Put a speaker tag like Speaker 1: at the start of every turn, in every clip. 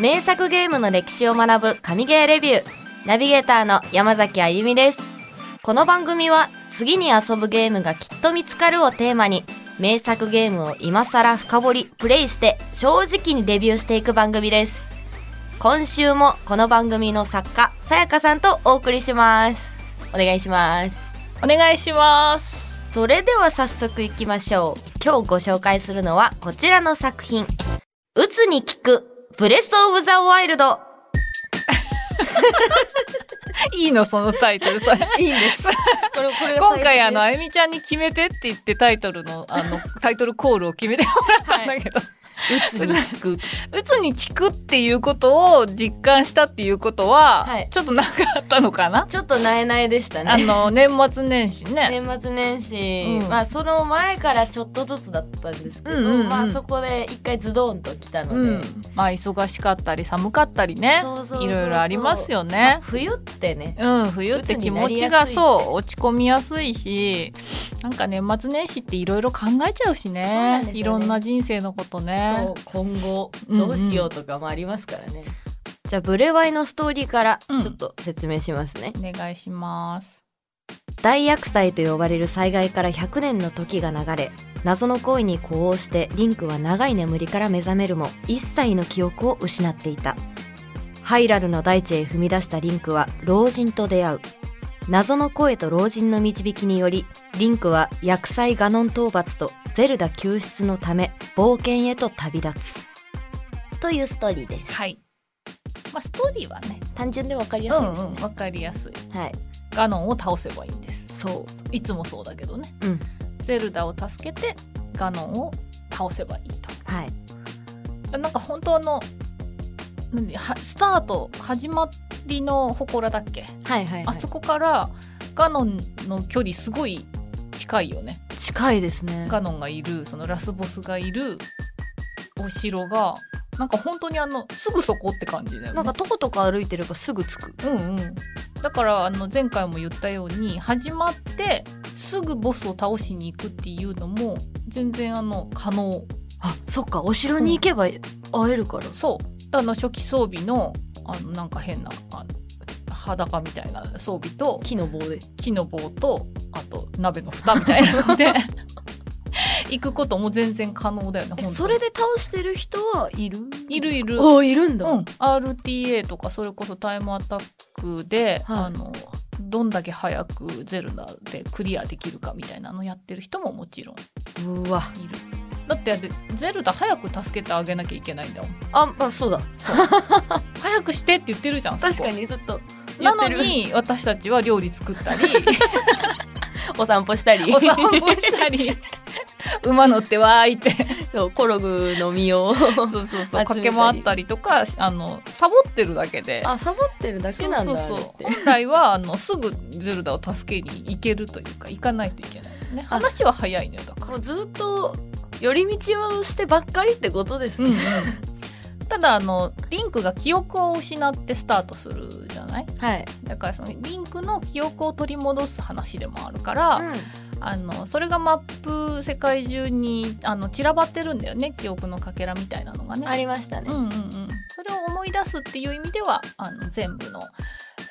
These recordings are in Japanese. Speaker 1: 名作ゲームの歴史を学ぶ神ゲーレビューナビゲーターの山崎あゆみですこの番組は次に遊ぶゲームがきっと見つかるをテーマに名作ゲームを今更深掘りプレイして正直にレビューしていく番組です今週もこの番組の作家さやかさんとお送りしますお願いします
Speaker 2: お願いします
Speaker 1: それでは早速いきましょう今日ご紹介するのはこちらの作品「うつに効くブレス・オブ・ザ・ワイルド
Speaker 2: いいのそのタイト ルそれ」
Speaker 1: いいんです
Speaker 2: 今回あのあゆみちゃんに決めてって言ってタイトルの あのタイトルコールを決めてもらったんだけど、
Speaker 1: うつに効く
Speaker 2: うつに効くっていうことを実感したっていうことは、
Speaker 1: はい
Speaker 2: ちょっとなかった のかな
Speaker 1: ちょっとなえなえでした
Speaker 2: あ
Speaker 1: ね
Speaker 2: の年末年始ね
Speaker 1: 年末年始、
Speaker 2: うん
Speaker 1: まあその前からちょっとずつだったんですけど、
Speaker 2: うんうんうん
Speaker 1: まあそこで一回ズドンと来たので、
Speaker 2: うんまあ忙しかったり寒かったりね
Speaker 1: そうそうそうそう
Speaker 2: いろいろありますよ
Speaker 1: まあ
Speaker 2: ね、
Speaker 1: 冬ってね
Speaker 2: うん、冬って気持ちがそう落ち込みやすいしなんか年末年始っていろいろ考えちゃうし
Speaker 1: そうなんですよね
Speaker 2: ねいろんな人生のこと
Speaker 1: そ
Speaker 2: ね
Speaker 1: う今後どうしようとかもありますからね、じゃあブレワイのストーリーから
Speaker 2: うん
Speaker 1: ちょっと説明しますね、
Speaker 2: お願いします
Speaker 1: 大厄災と呼ばれる災害から100年の時が流れ謎の恋に呼応してリンクは長い眠りから目覚めるも一切の記憶を失っていたハイラルの大地へ踏み出したリンクは老人と出会う謎の声と老人の導きによりリンクは厄災ガノン討伐とゼルダ救出のため冒険へと旅立つというストーリーです
Speaker 2: はいまあストーリーはね
Speaker 1: 単純でわかり
Speaker 2: う
Speaker 1: やすいで
Speaker 2: ん
Speaker 1: すね、
Speaker 2: うんわかりやすい
Speaker 1: はい
Speaker 2: ガノンを倒せばいいんです
Speaker 1: そ
Speaker 2: いつもそうだけどね
Speaker 1: ううん
Speaker 2: ゼルダを助けてガノンを倒せばいいと
Speaker 1: はい
Speaker 2: なんか本当の何はスタート始まりの祠だっけ
Speaker 1: はいはい、は
Speaker 2: あそこからガノンの距離すごい近いよね。
Speaker 1: い、近いですね
Speaker 2: ガノンがいるそのラスボスがいるお城がなんか本当にあのすぐそこって感じだよね。
Speaker 1: なんかとことか歩いてればすぐ着く。
Speaker 2: うんうん。だからあの前回も言ったように始まってすぐボスを倒しに行くっていうのも全然あの可能。
Speaker 1: あ、そっか、お城に行けば会えるから。
Speaker 2: そうあの初期装備のあのなんか変なあの裸みたいな装備と
Speaker 1: 木の棒で。
Speaker 2: 木の棒とあと鍋の蓋みたいなので行くことも全然可能だよね本
Speaker 1: え、
Speaker 2: 当に
Speaker 1: それで倒してる人はいる
Speaker 2: いるいる
Speaker 1: あ、いるん
Speaker 2: う
Speaker 1: だ。
Speaker 2: ん、RTA とかそれこそタイムアタックで、
Speaker 1: はい
Speaker 2: あのどんだけ早くゼルダでクリアできるかみたいなのやってる人ももちろん
Speaker 1: うわ。
Speaker 2: いるだってあれゼルダ早く助けてあげなきゃいけないんだもん
Speaker 1: あ、まあそうだ。
Speaker 2: 早くしてって言ってるじゃんそこ
Speaker 1: にずっと。
Speaker 2: なの。に私たちは料理 作ったり
Speaker 1: お散歩したり
Speaker 2: お散歩し たり馬乗ってわーいって
Speaker 1: コログの実を。
Speaker 2: そう そ
Speaker 1: 集めた
Speaker 2: うそう
Speaker 1: り
Speaker 2: 駆け回ったりとかあのサボってるだけで。
Speaker 1: あ、サボってるだけなんだ。
Speaker 2: そうそう
Speaker 1: あ
Speaker 2: そ
Speaker 1: れ
Speaker 2: う
Speaker 1: って
Speaker 2: 本来はあのすぐゼルダを助けに行けるというか行かないといけないのね
Speaker 1: あ
Speaker 2: 話は早いのよだか
Speaker 1: も
Speaker 2: ら
Speaker 1: う、ずっと寄り道をしてばっかりってことです
Speaker 2: うん
Speaker 1: ね。
Speaker 2: うん、ただあのリンクが記憶を失ってスタートするじゃない
Speaker 1: はい。
Speaker 2: だからそのリンクの記憶を取り戻す話でもあるから、あのそれがマップ世界中にあの散らばってるんだよね記憶のかけらみたいなのがね。
Speaker 1: ありましたね。
Speaker 2: うんうんうん、それを思い出すっていう意味ではあの全部の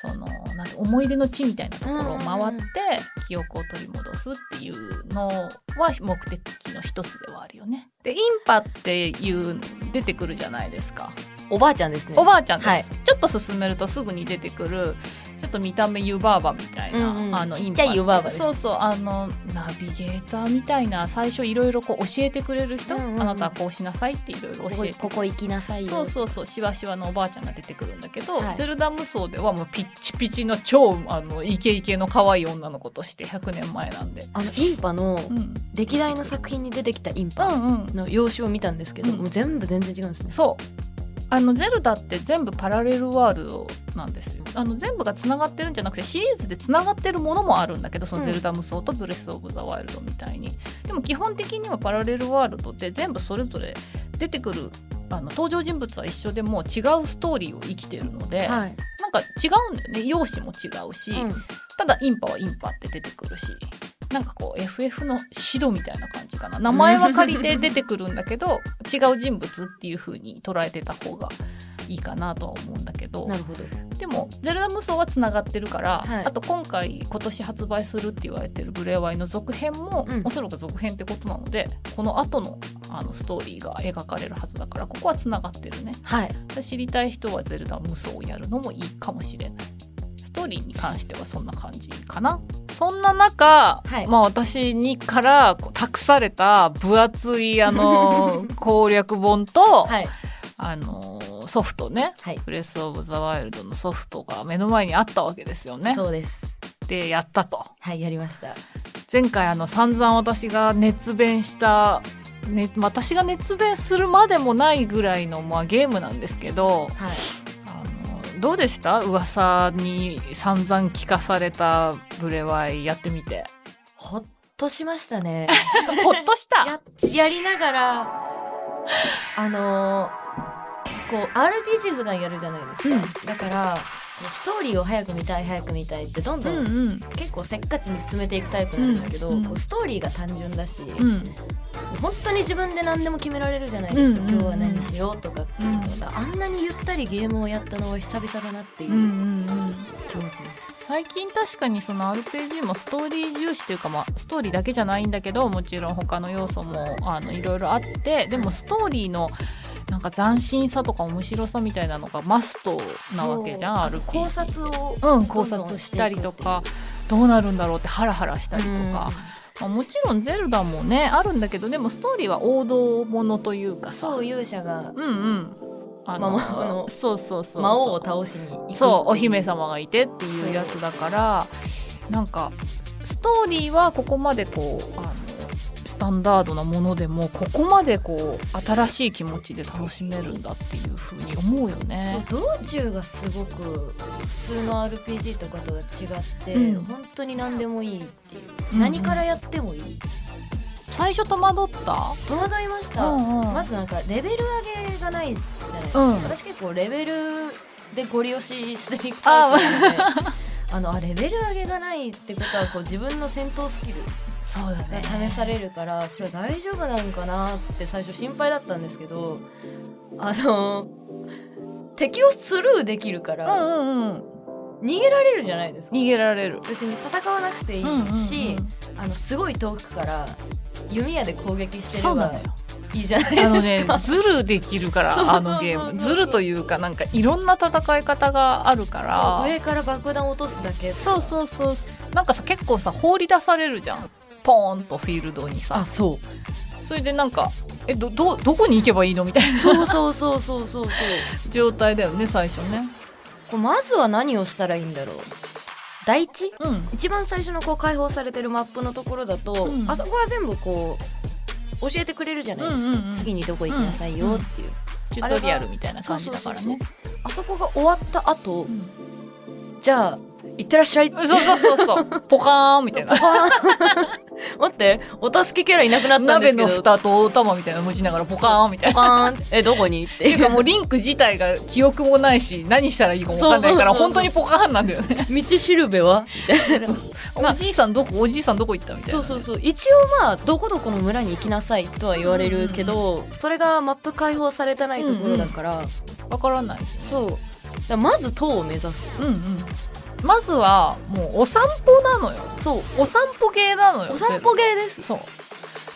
Speaker 2: そのなんて思い出の地みたいなところを回って記憶を取り戻すっていうのは目的の一つではあるよね。でインパっていう出てくるじゃないですか。
Speaker 1: おばあちゃんですね。
Speaker 2: おばあちゃんです、
Speaker 1: はい
Speaker 2: ちょっと進めるとすぐに出てくるちょっと見た目湯婆婆みたいな、
Speaker 1: うんうん
Speaker 2: あの
Speaker 1: ちっちゃい
Speaker 2: インパ
Speaker 1: 湯婆婆です
Speaker 2: そうそうあのナビゲーターみたいな最初いろいろこう教えてくれる人、
Speaker 1: うんうんうん
Speaker 2: あなたはこうしなさいっていろいろ
Speaker 1: こ
Speaker 2: 教
Speaker 1: こ
Speaker 2: えて
Speaker 1: ここ行きなさいよ。
Speaker 2: そうそうそうしわしわのおばあちゃんが出てくるんだけど、
Speaker 1: はい
Speaker 2: ゼルダ無双ではもうピッチピチの超あのイケイケの可愛い女の子として100年前なんで、
Speaker 1: あの、インパの
Speaker 2: うん、
Speaker 1: 歴代の作品に出てきたイン
Speaker 2: う
Speaker 1: パ。
Speaker 2: んうん
Speaker 1: の様子を見たんですけど、
Speaker 2: うん
Speaker 1: もう全部全然違うんですね。
Speaker 2: そうあのゼルダって全部パラレルワールドなんですよあの全部がつながってるんじゃなくてシリーズでつながってるものもあるんだけどその
Speaker 1: うん
Speaker 2: ゼルダ無双とブレス・オブ・ザ・ワイルドみたいに、でも基本的にはパラレルワールドって全部それぞれ出てくるあの登場人物は一緒でも違うストーリーを生きてるので、
Speaker 1: い。
Speaker 2: なんか違うんだよね容姿も違うし、
Speaker 1: うん
Speaker 2: ただインパはインパって出てくるしなんかこう FF の指導みたいな感じか な名前は借りて出てくるんだけど違う人物っていう風に捉えてた方がいいかなとは思うんだけど
Speaker 1: なるほど
Speaker 2: でも「ゼルダ無双」はつながってるから、
Speaker 1: はい
Speaker 2: あと今回今年発売するって言われてる「ブレワイ」の続編も、
Speaker 1: うん
Speaker 2: おそらく続編ってことなのでこの後のあのストーリーが描かれるはずだからここはつながってるね
Speaker 1: はい
Speaker 2: 知りたい人は「ゼルダ無双」をやるのもいいかもしれないストーリーに関してはそんな感じかなそんな中、
Speaker 1: はい
Speaker 2: まあ私にからこう託された分厚い あの攻略本と、
Speaker 1: はい
Speaker 2: あのソフトね
Speaker 1: はい
Speaker 2: プレス・オブ・ザ・ワイルドのソフトが目の前にあったわけですよね。
Speaker 1: そうです
Speaker 2: でやったと。
Speaker 1: はいやりました
Speaker 2: 前回あの散々私が熱弁した、ね、私が熱弁するまでもないぐらいの、まあ、ゲームなんですけど
Speaker 1: はい
Speaker 2: あのどうでした噂に散々聞かされたブレワイやってみて。
Speaker 1: ほっとしました ね
Speaker 2: ほっとした
Speaker 1: ややりながらあのーこう RPG 普段やるじゃないですか、
Speaker 2: う
Speaker 1: だからこうストーリーを早く見たい早く見たいってどんどん、
Speaker 2: うんうん
Speaker 1: 結構せっかちに進めていくタイプなんだけど、
Speaker 2: うん
Speaker 1: こうストーリーが単純だし、
Speaker 2: うん
Speaker 1: 本当に自分で何でも決められるじゃないですか、
Speaker 2: うん
Speaker 1: 今日は何しようとかっていうの
Speaker 2: うん
Speaker 1: が、あんなにゆったりゲームをやったのは久々だなっていう
Speaker 2: うんうんうん
Speaker 1: 気持ちです、
Speaker 2: 最近確かにその RPG もストーリー重視というか、まあ、ストーリーだけじゃないんだけどもちろん他の要素もあのいろいろあってでもストーリーのなんか斬新さとか面白さみたいなのがマストなわけじゃん RPG って
Speaker 1: 考察を
Speaker 2: うん、考察したりとかどうなるんだろうってハラハラしたりと
Speaker 1: うん
Speaker 2: か、まあ、もちろん「ゼルダ」もねあるんだけどでもストーリーは王道ものというかさ
Speaker 1: そう勇者が
Speaker 2: うんうんあ
Speaker 1: まああの
Speaker 2: そうそうそうそう
Speaker 1: 魔王を倒しに行くってい
Speaker 2: そうお姫様がいてっていうやつだからなんかストーリーはここまでこうあのスタンダードなものでもここまでこう新しい気持ちで楽しめるんだっていうふうに思うよね。
Speaker 1: そう道中がすごく普通の RPG とかとは違って、
Speaker 2: うん
Speaker 1: 本当に何でもいいっていう、
Speaker 2: うん
Speaker 1: 何からやってもいい
Speaker 2: 最初戸惑った
Speaker 1: 戸惑いました、
Speaker 2: うんうん
Speaker 1: まずなんかレベル上げがないじゃないですか、
Speaker 2: うん
Speaker 1: 私結構レベルでゴリ押ししていくタイプなので あのあレベル上げがないってことはこう自分の戦闘スキル
Speaker 2: そうだ
Speaker 1: が試されるからそれは大丈夫なんかなって最初心配だったんですけどあの敵をスルーできるか
Speaker 2: う
Speaker 1: ら、
Speaker 2: んうんうん
Speaker 1: 逃げられるじゃないですか
Speaker 2: 逃げられる
Speaker 1: 別に戦わなくていいし、あのすごい遠くから弓矢で攻撃して
Speaker 2: そ
Speaker 1: れ
Speaker 2: うな
Speaker 1: ば
Speaker 2: のよ
Speaker 1: いいじゃないですか
Speaker 2: あの ねズルできるからあのゲームズルというかなんかいろんな戦い方があるから
Speaker 1: 上から爆弾落とすだけ
Speaker 2: そうそうそうなんかさ結構さ放り出されるじゃんポーンとフィールドにさ
Speaker 1: そう
Speaker 2: それでなんかえどどどこに行けばいいのみたいな
Speaker 1: そうそうそうそうそうそう
Speaker 2: 状態だよね最初ね
Speaker 1: こうまずは何をしたらいいんだろう大地
Speaker 2: うん
Speaker 1: 一番最初のこう解放されてるマップのところだと、
Speaker 2: うん
Speaker 1: あそこは全部こう教えてくれるじゃないですか、
Speaker 2: うんうんうん
Speaker 1: 次にどこ行きなさいよっていう、
Speaker 2: チュートリアルみたいな感じだからね
Speaker 1: あそこが終わった後、
Speaker 2: うん
Speaker 1: じゃあ行ってらっしゃい って
Speaker 2: そうそうそうそうポカーンみたい な
Speaker 1: 待ってお助けキャラいなくなったんで
Speaker 2: 鍋
Speaker 1: すけど
Speaker 2: の蓋と大玉みたいなの持ちながらポカーンみたいな
Speaker 1: パーンってえどこにっ
Speaker 2: ってい
Speaker 1: て
Speaker 2: うかもうリンク自体が記憶もないし何したらいいかも分かんないか
Speaker 1: そうそうそう
Speaker 2: ら本当にポカーンなんだよね
Speaker 1: 道しるべ は
Speaker 2: おじいさんどこおじいさんどこ行ったみたいな
Speaker 1: そうそうそう一応まあどこどこの村に行きなさいとは言われるけど、それがマップ開放されてないところだから、
Speaker 2: 分からないしね
Speaker 1: そうだからまず塔を目指す
Speaker 2: うんうんまずはもうお散歩なのよ
Speaker 1: そう
Speaker 2: お散歩系なのよ
Speaker 1: お散歩
Speaker 2: ゲ
Speaker 1: ゲーです
Speaker 2: そう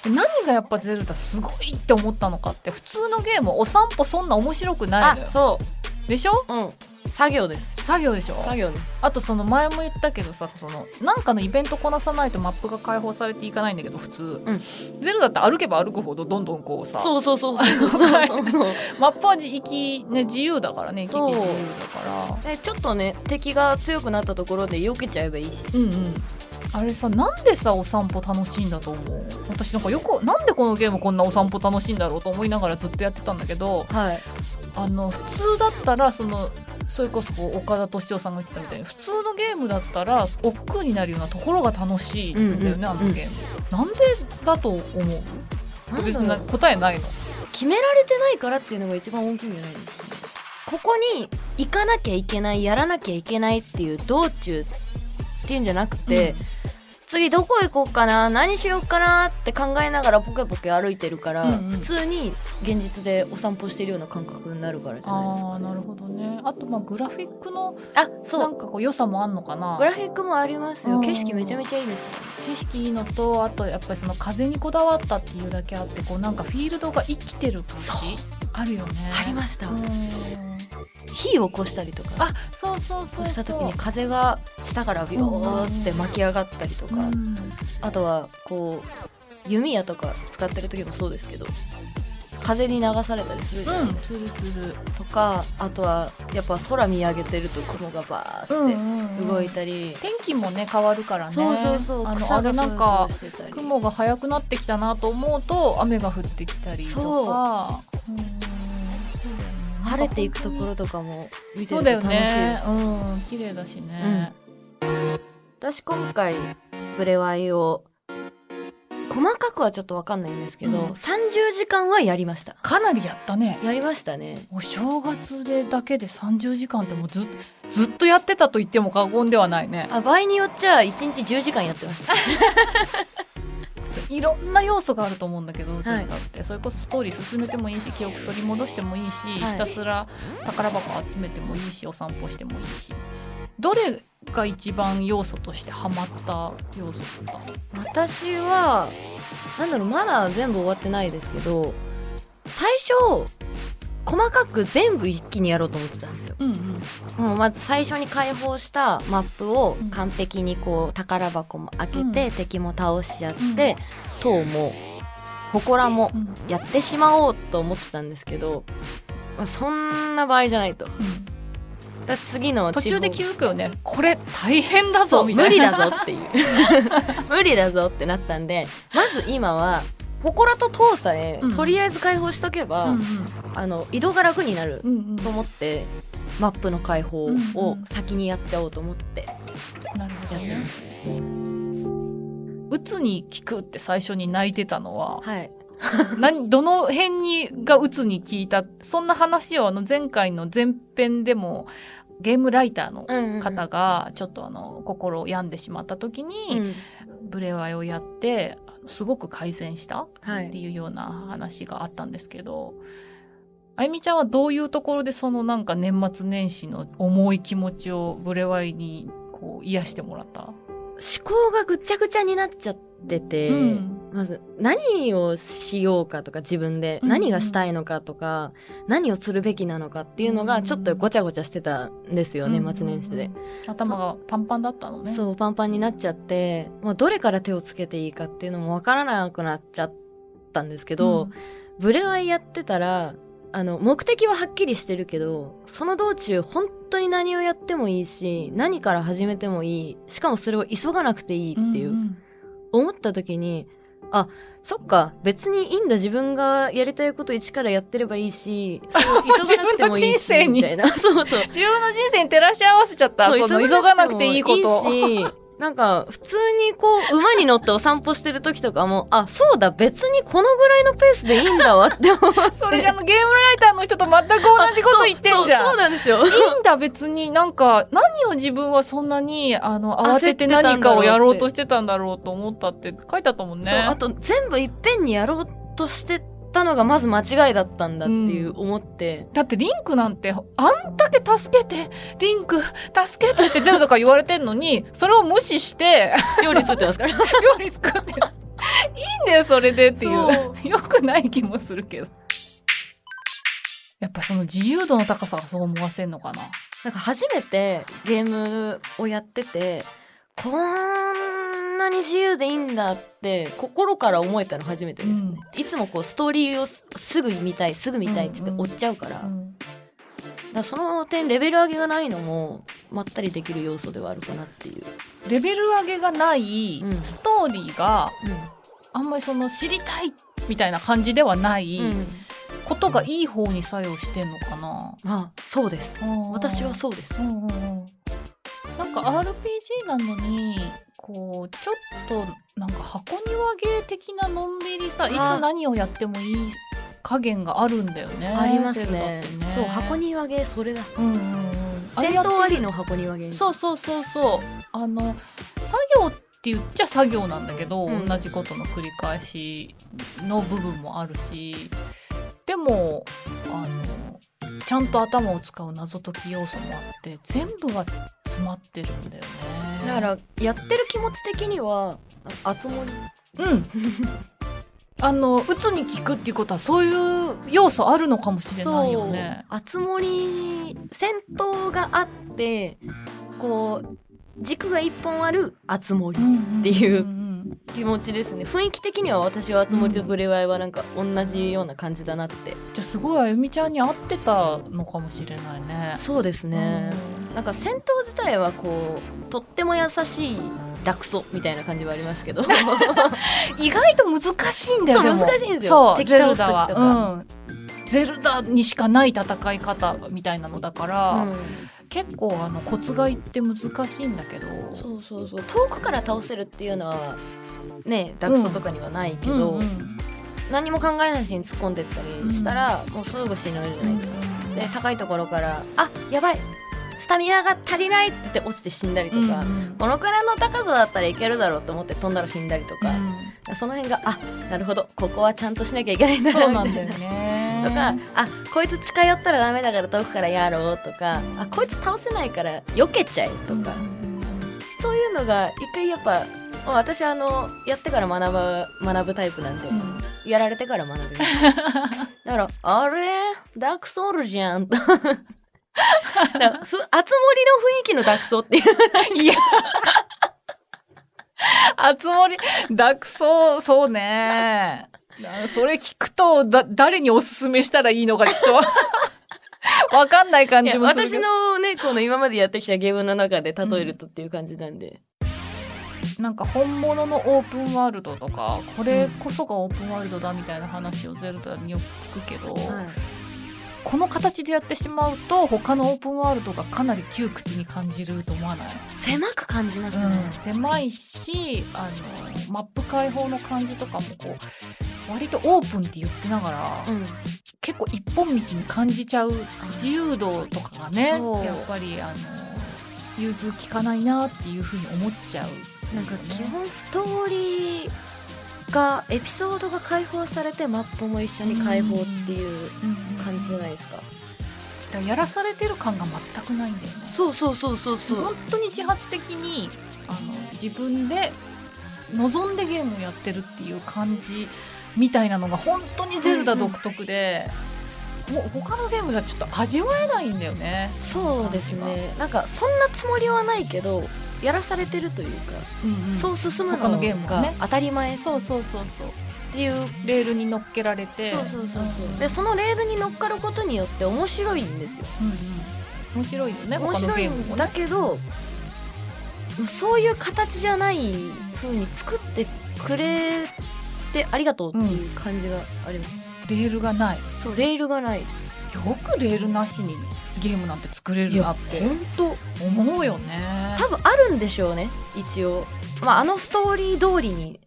Speaker 2: で何がやっぱゼルダすごいって思ったのかって普通のゲームはお散歩そんな面白くない
Speaker 1: あ
Speaker 2: のよ
Speaker 1: そ
Speaker 2: でしょ
Speaker 1: ううん作業です
Speaker 2: 作業でしょ
Speaker 1: 作業です
Speaker 2: あとその前も言ったけどさそのなんかのイベントこなさないとマップが解放されていかないんだけど普通、
Speaker 1: うん
Speaker 2: ゼルダって歩けば歩くほどどんどんこうさ
Speaker 1: そうそうそうそうそう
Speaker 2: はい
Speaker 1: そうそう
Speaker 2: マップは行き、ね、自由だからね行き来自由だから
Speaker 1: でちょっとね敵が強くなったところで避けちゃえばいいし
Speaker 2: うんうんあれさなんでさお散歩楽しいんだと思う私なんかよくなんでこのゲームこんなお散歩楽しいんだろうと思いながらずっとやってたんだけど
Speaker 1: はい
Speaker 2: あの普通だったらそのそれこそこう岡田敏夫さんが言ってたみたいに普通のゲームだったら億劫になるようなところが楽しいんだ
Speaker 1: う
Speaker 2: よね、
Speaker 1: んうん
Speaker 2: あのゲーム、なんでだと思う別
Speaker 1: なんだ
Speaker 2: に
Speaker 1: ろう
Speaker 2: 答えないの
Speaker 1: 決められてないからっていうのが一番大きいんじゃないですかねここに行かなきゃいけないやらなきゃいけないっていう道中っていうんじゃなくて、次どこ行こうかな何しようかなって考えながらポケポケ歩いてるから、
Speaker 2: うんうん
Speaker 1: 普通に現実でお散歩してるような感覚になるからじゃないです
Speaker 2: あ
Speaker 1: か
Speaker 2: あなるほどねあとまあグラフィックの
Speaker 1: あそ
Speaker 2: な
Speaker 1: うん
Speaker 2: かこう良さもあんのかな
Speaker 1: グラフィックもありますよ
Speaker 2: うん
Speaker 1: 景色めちゃめちゃいいです
Speaker 2: 景色いいのとあとやっぱりその風にこだわったっていうだけあってこうなんかフィールドが生きてる感じ
Speaker 1: そう
Speaker 2: あるよね
Speaker 1: ありました
Speaker 2: うん
Speaker 1: 火を起こしたりとか
Speaker 2: あそうそう
Speaker 1: こ
Speaker 2: そうそう
Speaker 1: うした時に風が下からビョーって巻き上がったりとか、
Speaker 2: うん
Speaker 1: あとはこう弓矢とか使ってる時もそうですけど風に流されたりするじゃないですか、
Speaker 2: するする
Speaker 1: とかあとはやっぱ空見上げてると雲がバーって動いたり、
Speaker 2: 天気もね変わるからね
Speaker 1: そうそうそう
Speaker 2: あのあ
Speaker 1: 草
Speaker 2: れ
Speaker 1: が
Speaker 2: なんか
Speaker 1: そうそうしてたり
Speaker 2: 雲が早くなってきたなと思うと雨が降ってきたりとかうんそうだよね
Speaker 1: 晴れていくところとかも見て
Speaker 2: そ
Speaker 1: ると
Speaker 2: うだよ
Speaker 1: 楽しいです、
Speaker 2: ねうん綺麗だしね、
Speaker 1: 私今回ブレワイを細かくはちょっとわかんないんですけど、
Speaker 2: うん
Speaker 1: 30時間はやりました
Speaker 2: かなりやったね
Speaker 1: やりましたね
Speaker 2: お正月でだけで30時間ってもうずっずっとやってたと言っても過言ではないね
Speaker 1: あ場合によっちゃ1日10時間やってま した
Speaker 2: いろんな要素があると思うんだけど、
Speaker 1: い
Speaker 2: 前回ってそれこそストーリー進めてもいいし記憶取り戻してもいいし、
Speaker 1: はい
Speaker 2: ひたすら宝箱集めてもいいしお散歩してもいいしどれが一番要素としてハマった要素だった
Speaker 1: 私はなんだろうまだ全部終わってないですけど最初細かく全部一気にやろうと思ってたんですよ
Speaker 2: うんうん
Speaker 1: もうまず最初に解放したマップを完璧にこう宝箱も開けて、敵も倒し合って、塔も祠も
Speaker 2: うんうん
Speaker 1: やってしまおうと思ってたんですけど、まあ、そんな場合じゃないとだから次の
Speaker 2: 途中で気
Speaker 1: 急
Speaker 2: づくよねこれ大変だぞ
Speaker 1: そう
Speaker 2: み
Speaker 1: 無
Speaker 2: たい
Speaker 1: 理
Speaker 2: な
Speaker 1: だぞっていう 無理だぞってなったんでまず今は祠と塔さえ、
Speaker 2: うん
Speaker 1: とりあえず解放しとけば、
Speaker 2: うん
Speaker 1: あの移動が楽になる
Speaker 2: うんうんうん
Speaker 1: と思って、マップの解放を先にやっちゃおうと思って
Speaker 2: なるほ
Speaker 1: や
Speaker 2: ど
Speaker 1: って
Speaker 2: ね
Speaker 1: ます、
Speaker 2: うつに聞くって最初に泣いてたのは
Speaker 1: はい
Speaker 2: 何どの辺にが鬱に聞いたそんな話をあの前回の前編でもゲームライターの
Speaker 1: うんうんうん
Speaker 2: 方がちょっとあの心を病んでしまった時に
Speaker 1: うん
Speaker 2: ブレワイをやってすごく改善した
Speaker 1: は
Speaker 2: って
Speaker 1: い、
Speaker 2: いうような話があったんですけど、あゆみちゃんはどういうところでそのなんか年末年始の重い気持ちをブレワイにこう癒してもらった、
Speaker 1: 思考がぐちゃぐちゃになっちゃってて、
Speaker 2: うん
Speaker 1: まず何をしようかとか自分で
Speaker 2: うん
Speaker 1: 何がしたいのかとか、何をするべきなのかっていうのがちょっとごちゃごちゃしてたんですよ、年末年始で
Speaker 2: うん、うんうん頭がパンパンだったのね
Speaker 1: そうパンパンになっちゃって、まあ、どれから手をつけていいかっていうのもわからなくなっちゃったんですけど、ブレワイやってたらあの目的ははっきりしてるけどその道中本当に何をやってもいいし何から始めてもいいしかもそれを急がなくていいっていう、
Speaker 2: んん
Speaker 1: 思った時にあそっか別にいいんだ自分がやりたいこと一からやってればいいしそれ を急がなくてもいい
Speaker 2: 自分の人生
Speaker 1: し
Speaker 2: に
Speaker 1: みたいな そうそう
Speaker 2: 自分の人生に照らし合わせちゃった。
Speaker 1: そう
Speaker 2: その急がなくていいこと。
Speaker 1: いいし なんか普通にこう馬に乗ってお散歩してる時とかもあそうだ別にこのぐらいのペースでいいんだわって思う
Speaker 2: それが あのゲームライターの人と全く同じこと言ってんじ
Speaker 1: そうそ
Speaker 2: ゃ。
Speaker 1: うんなんですよ
Speaker 2: いいんだ別になんか何を自分はそんなにあの
Speaker 1: 焦っ
Speaker 2: 慌
Speaker 1: てたん
Speaker 2: てて
Speaker 1: だろうって
Speaker 2: 何かをやろうとしてたんだろうと思ったって書いてあったもんね。
Speaker 1: そうあと全部いっぺんにやろうとしてたのがまず間違いだったんだっていう思って、
Speaker 2: だってリンクなんてあんだけ助けてリンク助けてってゼロとか言われてんのにそれを無視して
Speaker 1: 料理作ってますからっ
Speaker 2: 料理作っていいんだよそれでって
Speaker 1: て
Speaker 2: い
Speaker 1: いうう。
Speaker 2: よくない気もするけど。やっぱその自由度の高さがそう思わせんのかな。
Speaker 1: なんか初めてゲームをやっててこんなに自由でいいんだって心から思えたの初めてですね、いつもこうストーリーをすすぐ見たいすぐ見たいって言
Speaker 2: うん
Speaker 1: っ
Speaker 2: うん
Speaker 1: て追っちゃうから,、だからその点レベル上げがないのもまったりできる要素ではあるかなっていう、
Speaker 2: レベル上げがない、
Speaker 1: うん
Speaker 2: ストーリーがあんまりその知りたいみたいな感じではない、
Speaker 1: うん
Speaker 2: ことがいい方に作用してんのかな。
Speaker 1: あそうです私は
Speaker 2: そ
Speaker 1: そうです
Speaker 2: う、んうんうんなんか RPG なのにこうちょっとなんか箱庭芸的なのんびりさいつ
Speaker 1: あ
Speaker 2: 何をやってもいい加減があるんだよね。
Speaker 1: あります
Speaker 2: ゼルダ
Speaker 1: ね
Speaker 2: って
Speaker 1: そう箱庭芸それだ
Speaker 2: うんうんうん、あ
Speaker 1: 戦
Speaker 2: れやって
Speaker 1: 闘ありの箱庭芸
Speaker 2: そうそうそうそうあの作業って言っちゃ作業なんだけど、
Speaker 1: うん
Speaker 2: 同じことの繰り返しの部分もあるしでもあのちゃんと頭を使う謎解き要素もあって全部が詰まってるんだよね。
Speaker 1: だからやってる気持ち的にはああつ森
Speaker 2: うん。 あの、うつに効くっていうことは、そういう要素あるのかもしれないよね。
Speaker 1: あつ森戦闘があってこう軸が一本あるあつ森
Speaker 2: っ
Speaker 1: っていうん気持ちですね雰囲気的には私はあつ森と触れ合いはなんか同じような感じだなって、
Speaker 2: じゃあすごいあゆみちゃんに合ってたのかもしれないね。
Speaker 1: そうですなんか戦闘自体はこうとっても優しいダクソみたいな感じはありますけど
Speaker 2: うん意外と難しいんだよ
Speaker 1: そう
Speaker 2: でも
Speaker 1: 難しいんですよ
Speaker 2: そう
Speaker 1: 敵
Speaker 2: ゼ
Speaker 1: 倒
Speaker 2: ル
Speaker 1: す時
Speaker 2: ダ
Speaker 1: とか
Speaker 2: は、うん、ゼルダにしかない戦い方みたいなのだから、結構あのコツがいって難しいんだけど
Speaker 1: そうそうそう遠くから倒せるっていうのはねダクソとかにはないけど、
Speaker 2: うんうん
Speaker 1: 何も考えないしに突っ込んでったりしたら、もうすぐ死ぬじゃないですか、で高いところから「あやばいスタミナが足りない!」って落ちて死んだりと
Speaker 2: うん
Speaker 1: か、
Speaker 2: うん
Speaker 1: このくらいの高さだったらいけるだろうと思って飛んだら死んだりとか、その辺があなるほどここはちゃんとしなきゃいけないんだ
Speaker 2: そう
Speaker 1: な
Speaker 2: な
Speaker 1: み
Speaker 2: ん
Speaker 1: た
Speaker 2: だ
Speaker 1: い
Speaker 2: よ
Speaker 1: な。
Speaker 2: ね
Speaker 1: とかあこいつ近寄ったらダメだから遠くからやろうとかあこいつ倒せないから避けちゃえとか、そういうのが一回やっぱまあ私あのやってから学ぶ学ぶタイプなんで、
Speaker 2: うん
Speaker 1: やられてから学 ぶだからあれダークソウルじゃんとだからふ熱森の雰囲気のダークソウっていう
Speaker 2: いや。 あつ森、ダクソそうね。なそれ聞くと、だ、誰におすすめしたらいいのか、ちょっと、 わかんない感
Speaker 1: い
Speaker 2: じ
Speaker 1: や
Speaker 2: もするけ
Speaker 1: 私
Speaker 2: ど。
Speaker 1: のねこの今までやってきたゲームの中で例えるとっていう感じなんで、
Speaker 2: なんか本物のオープンワールドとか、これこそがオープンワールドだみたいな話をゼルダによく聞くけど、この形でやってしまうと、他のオープンワールドがかなり窮屈に感じると思わない
Speaker 1: 狭く感じますね、
Speaker 2: うん、狭いしあのマップ開放の感じとかもこう割とオープンって言ってながら、
Speaker 1: うん
Speaker 2: 結構一本道に感じちゃう自由度とかがねや
Speaker 1: そう
Speaker 2: っぱりあの融通きかないなっていうふうに思っちゃう。
Speaker 1: なんか基本ストーリーがエピソードが解放されてマップも一緒に解放っていう感じじゃないですか、
Speaker 2: だからやらされてる感が全くないんだよね。
Speaker 1: そうそうそうそうそ
Speaker 2: 本当に自発的にあの自分で望んでゲームをやってるっていう感じみたいなのが本当にゼルダ独特で、ほ他のゲームではちょっと味わえないんだよね。
Speaker 1: そうですねなんかそんなつもりはないけどやらされてるというか、そう進む
Speaker 2: 他の
Speaker 1: の
Speaker 2: ゲームは
Speaker 1: が
Speaker 2: ね
Speaker 1: 当たり前そう
Speaker 2: そうそうそうそう
Speaker 1: っていう
Speaker 2: レールに乗っけられて
Speaker 1: そうそうそうそう
Speaker 2: で
Speaker 1: でそのレールに乗っかることによって面白いんですよ
Speaker 2: うんうん面白いよね
Speaker 1: 面
Speaker 2: 他の
Speaker 1: 白
Speaker 2: ゲ
Speaker 1: い
Speaker 2: ーム
Speaker 1: ん
Speaker 2: も
Speaker 1: だ
Speaker 2: ね。
Speaker 1: けどそういう形じゃない風に作ってくれてありがとうっていう感じがあります、
Speaker 2: レールがないよ
Speaker 1: そうレールがない
Speaker 2: くレールなしにゲームなんて作れるな
Speaker 1: ほ
Speaker 2: って
Speaker 1: んと
Speaker 2: 思うよね。
Speaker 1: 多分あるんでしょうね一応、まあ、あのストーリー通りに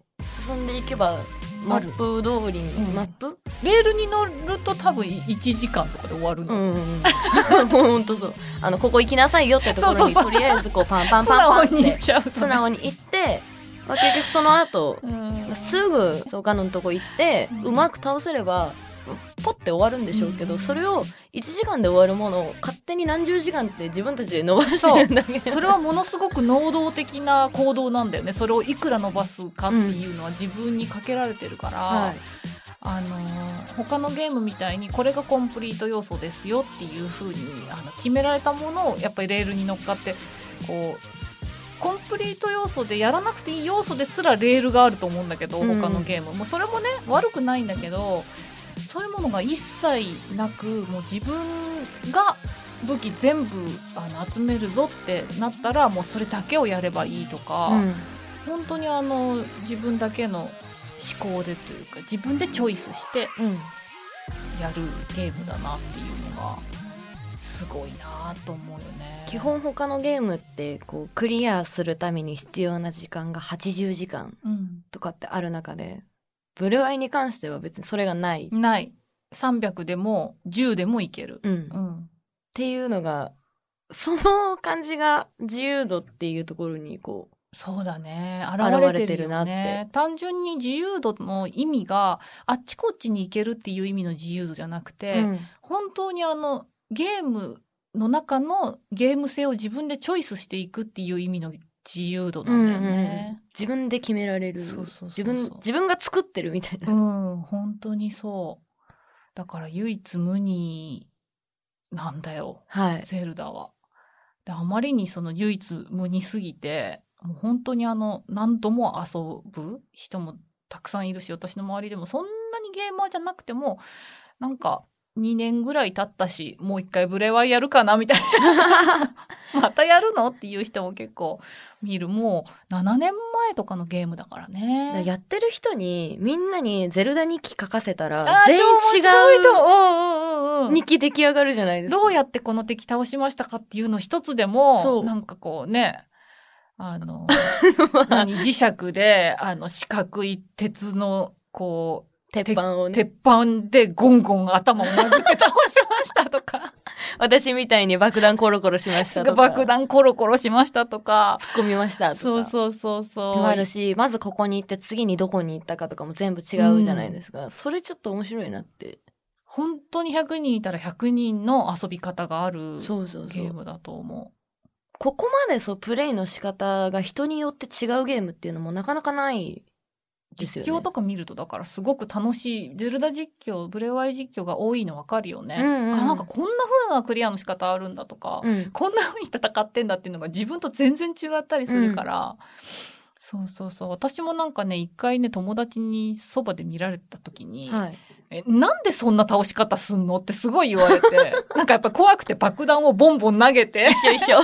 Speaker 1: 進んでいけばマップ通りに、
Speaker 2: うん
Speaker 1: マップ
Speaker 2: レールに乗ると多分1時間とかで終わるの、
Speaker 1: うんうんうん ほんとそうあのここ行きなさいよってところに
Speaker 2: そうそうそう
Speaker 1: とりあえずこうパンパン
Speaker 2: 素
Speaker 1: パンパン
Speaker 2: 直
Speaker 1: って
Speaker 2: に行っちゃうとね
Speaker 1: 素直に行って、まあ、結局その後
Speaker 2: うん
Speaker 1: すぐそうガノのとこ行って、
Speaker 2: うん
Speaker 1: うまく倒せればポッて終わるんでしょうけど、
Speaker 2: うん
Speaker 1: それを1時間で終わるものを勝手に何十時間って自分たちで伸ばしてるんだけど
Speaker 2: それはものすごく能動的な行動なんだよねそれをいくら伸ばすかっていうのは自分にかけられてるから、
Speaker 1: はい
Speaker 2: あのー他のゲームみたいにこれがコンプリート要素ですよっていう風にあの決められたものをやっぱりレールに乗っかってこうコンプリート要素でやらなくていい要素ですらレールがあると思うんだけど
Speaker 1: うん
Speaker 2: 他のゲーム、もそれもね悪くないんだけどそういうものが一切なくもう自分が武器全部あの集めるぞってなったらもうそれだけをやればいいとか。
Speaker 1: うん
Speaker 2: 本当にあの自分だけの思考でというか自分でチョイスして
Speaker 1: うん
Speaker 2: やるゲームだなっていうのがすごいなと思うよね。
Speaker 1: 基本他のゲームってこうクリアするために必要な時間が80時間
Speaker 2: うん、
Speaker 1: とかってある中でブルーアイに関しては別にそれがない、
Speaker 2: ない300でも10でもいける。
Speaker 1: うん
Speaker 2: う
Speaker 1: っ
Speaker 2: ん
Speaker 1: ていうのがその感じが自由度っていうところにこう
Speaker 2: そうだね
Speaker 1: 現
Speaker 2: 現
Speaker 1: れ
Speaker 2: れ
Speaker 1: て
Speaker 2: て
Speaker 1: る
Speaker 2: る
Speaker 1: な
Speaker 2: よ
Speaker 1: って
Speaker 2: ね単純に自由度の意味があっちこっちに行けるっていう意味の自由度じゃなくて、
Speaker 1: うん
Speaker 2: 本当にあのゲームの中のゲーム性を自分でチョイスしていくっていう意味の自由度なんだよね。
Speaker 1: 自分で決められる
Speaker 2: そうそうそうそ
Speaker 1: 自
Speaker 2: う
Speaker 1: 分自分が作ってるみ たいな、
Speaker 2: うん、本当にそう。だから唯一無二なんだよ、
Speaker 1: はい
Speaker 2: ゼルダは。であまりにその唯一無二すぎて、もう本当にあの何度も遊ぶ人もたくさんいるし、私の周りでもそんなにゲーマーじゃなくても、なんか2年ぐらい経ったし、もう一回ブレワイやるかなみたいな またやるのっていう人も結構見る。もう7年前とかのゲームだか
Speaker 1: だ
Speaker 2: ら
Speaker 1: から
Speaker 2: ね。
Speaker 1: やってる人にみんなに「ゼルダ日記」書かせたら
Speaker 2: あー
Speaker 1: 全員
Speaker 2: 超面白いと
Speaker 1: 違
Speaker 2: 思ううんうんうんう
Speaker 1: うん日記出来上がるじゃないですか
Speaker 2: どうやってこの敵倒しましたかっていうの一つでも
Speaker 1: そ、う
Speaker 2: なんかこうね、あの、何磁石で、あの、四角い鉄の、こ
Speaker 1: 鉄板を
Speaker 2: う、
Speaker 1: ね
Speaker 2: 鉄板でゴンゴン頭を殴って倒しましたとか、
Speaker 1: 私みたいに爆弾コロコ ロしましたとか
Speaker 2: 爆弾コロコロしましたとか、
Speaker 1: 突っ込みましたとか
Speaker 2: そうそうそうそう。
Speaker 1: もあるしまずここに行って次にどこに行ったかとかも全部違うじゃないですか、それちょっと面白いなって
Speaker 2: 本当に100人いたら100人の遊び方がある
Speaker 1: そうそう
Speaker 2: ゲ
Speaker 1: そ
Speaker 2: ー
Speaker 1: う
Speaker 2: ムだと思
Speaker 1: ここまでそうプレイの仕方が人によって違うゲームっていうのもなかなかないですよ
Speaker 2: う。
Speaker 1: ね
Speaker 2: 実況とか見るとだからすごく楽しい。ゼルダ実況、ブレワイ実況が多いのわかるよね。
Speaker 1: うんうんうん
Speaker 2: あ、なんかこんな風なクリアの仕方あるんだとか、
Speaker 1: うん
Speaker 2: こんな風に戦ってんだっていうのが自分と全然違ったりするから、そうそうそう。私もなんかね、一回ね、友達にそばで見られた時に、
Speaker 1: はい
Speaker 2: え、なんでそんな倒し方すんのってすごい言われて、 なんかやっぱ怖くて爆弾をボンボン投げて、
Speaker 1: 一緒一 緒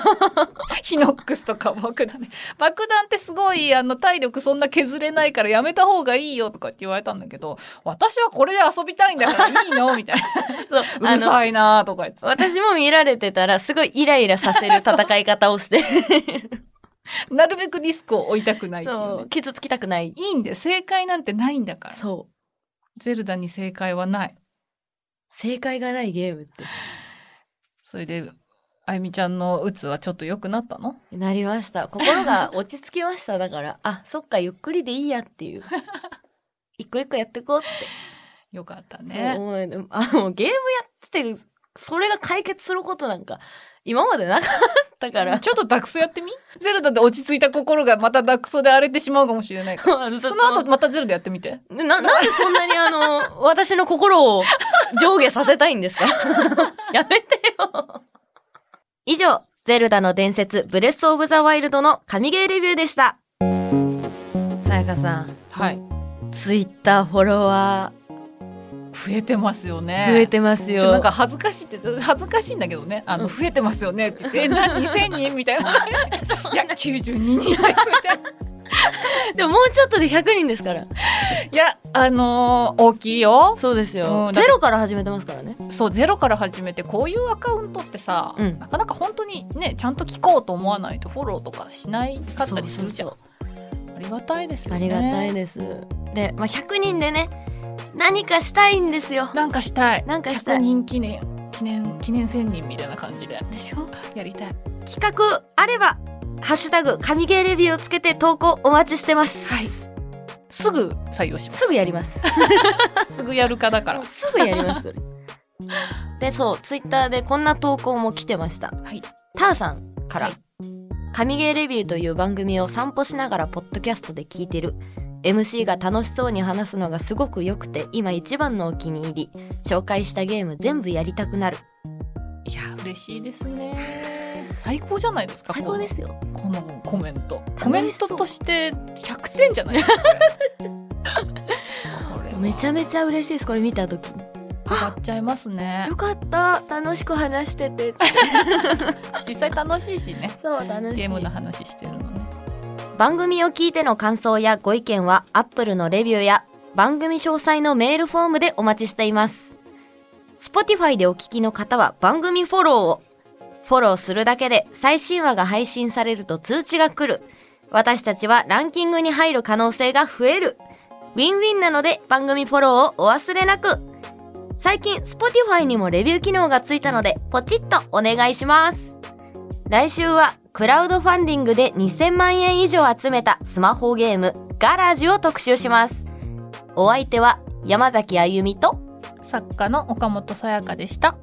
Speaker 2: ヒノックスとか爆弾ね。爆弾ってすごい、あの、体力そんな削れないからやめた方がいいよとかって言われたんだけど、私はこれで遊びたいんだからいいのみたい な。
Speaker 1: そう
Speaker 2: うるさいなとか言ってた。
Speaker 1: 私も見られてたら、すごいイライラさせる戦い方をして、
Speaker 2: なるべくリスクを負いたくないっていう
Speaker 1: そ
Speaker 2: ね
Speaker 1: う、傷つきたくない。
Speaker 2: いいんで、正解なんてないんだから。
Speaker 1: そう。
Speaker 2: ゼルダに正解はない。
Speaker 1: 正解がないゲームって。
Speaker 2: それで、あゆみちゃんの鬱はちょっと良くなったの
Speaker 1: なりました。心が落ち着きました。だから、あ、そっか、ゆっくりでいいやって いう。一個一個やってこうって。
Speaker 2: よかった
Speaker 1: ね、
Speaker 2: ね。
Speaker 1: 思えるあ、もうゲームやってて、それが解決することなんか、今までなかったから。
Speaker 2: ちょっとダクソやってみゼルダで落ち着いた心がまたダクソで荒れてしまうかもしれないから。
Speaker 1: あの
Speaker 2: その後、またゼルダやってみて。
Speaker 1: な、なんでそんなにあ の、私の心を上下させたいんですか やめてよ。以上、ゼルダの伝説、ブレスオブザワイルドの神ゲーレビューでした。さやかさん、
Speaker 2: はい。
Speaker 1: ツイッターフォロワ
Speaker 2: 増えてますよね。
Speaker 1: ー増えてます
Speaker 2: ちょっと
Speaker 1: よ。
Speaker 2: なんか恥ずかしいって恥ずかしいんだけどね。あの、増えてますよねって言って、えな2000 人みたいな。いや92人ですみたいな。
Speaker 1: でももうちょっとで100人ですから。
Speaker 2: いやあのー大きいよ。
Speaker 1: そうです
Speaker 2: うん
Speaker 1: よ。
Speaker 2: だから
Speaker 1: ゼロから始めてますからね。
Speaker 2: そうゼロから始めてこういうアカウントってさ、
Speaker 1: うん
Speaker 2: なかなか本当にねちゃんと聞こうと思わないとフォローとかしないかったりするじゃん。
Speaker 1: そう
Speaker 2: ありがたいですよ
Speaker 1: あ
Speaker 2: ね。
Speaker 1: りがたいです。で、まあ、100人でね、何かしたいんですよ。
Speaker 2: なんかしたい。
Speaker 1: なんかした
Speaker 2: 100
Speaker 1: い。
Speaker 2: 人記念記念記念1000人みたいな感じで
Speaker 1: でしょ
Speaker 2: やりたい。
Speaker 1: 企画あれば、ハッシュタグ、神ゲーレビューをつけて投稿お待ちしてます。
Speaker 2: はい。すぐ採用します。
Speaker 1: すぐやります。
Speaker 2: すぐやるかだから。
Speaker 1: すぐやります、それ で、そう、ツイッターでこんな投稿も来てました。
Speaker 2: はい。
Speaker 1: ターさんから
Speaker 2: はい、
Speaker 1: 神ゲーレビューという番組を散歩しながらポッドキャストで聞いてる。MC が楽しそうに話すのがすごく良くて、今一番のお気に入り。紹介したゲーム全部やりたくなる。
Speaker 2: いや嬉しいですね。最高じゃないですか。
Speaker 1: 最高ですよ。
Speaker 2: このこのコメント。
Speaker 1: そう
Speaker 2: コメントとして100点じゃないですか。これ
Speaker 1: めちゃめちゃ嬉しいです、これ見た時に。
Speaker 2: ゃっちゃいますね
Speaker 1: よ。かった、楽しく話して て。
Speaker 2: 実際楽しいしね。
Speaker 1: そう、楽しい。
Speaker 2: ゲームの話してるのね。
Speaker 1: 番組を聞いての感想やご意見は Apple のレビューや番組詳細のメールフォームでお待ちしています。Spotify でお聞きの方は番組フォローを。フォローするだけで最新話が配信されると通知が来る。私たちはランキングに入る可能性が増える。ウィンウィンなので番組フォローをお忘れなく。最近 Spotify にもレビュー機能がついたのでポチッとお願いします。来週はクラウドファンディングで2000万円以上集めたスマホゲームガラージュを特集します。お相手は山崎あゆみと
Speaker 2: 作家の岡本さやかでした。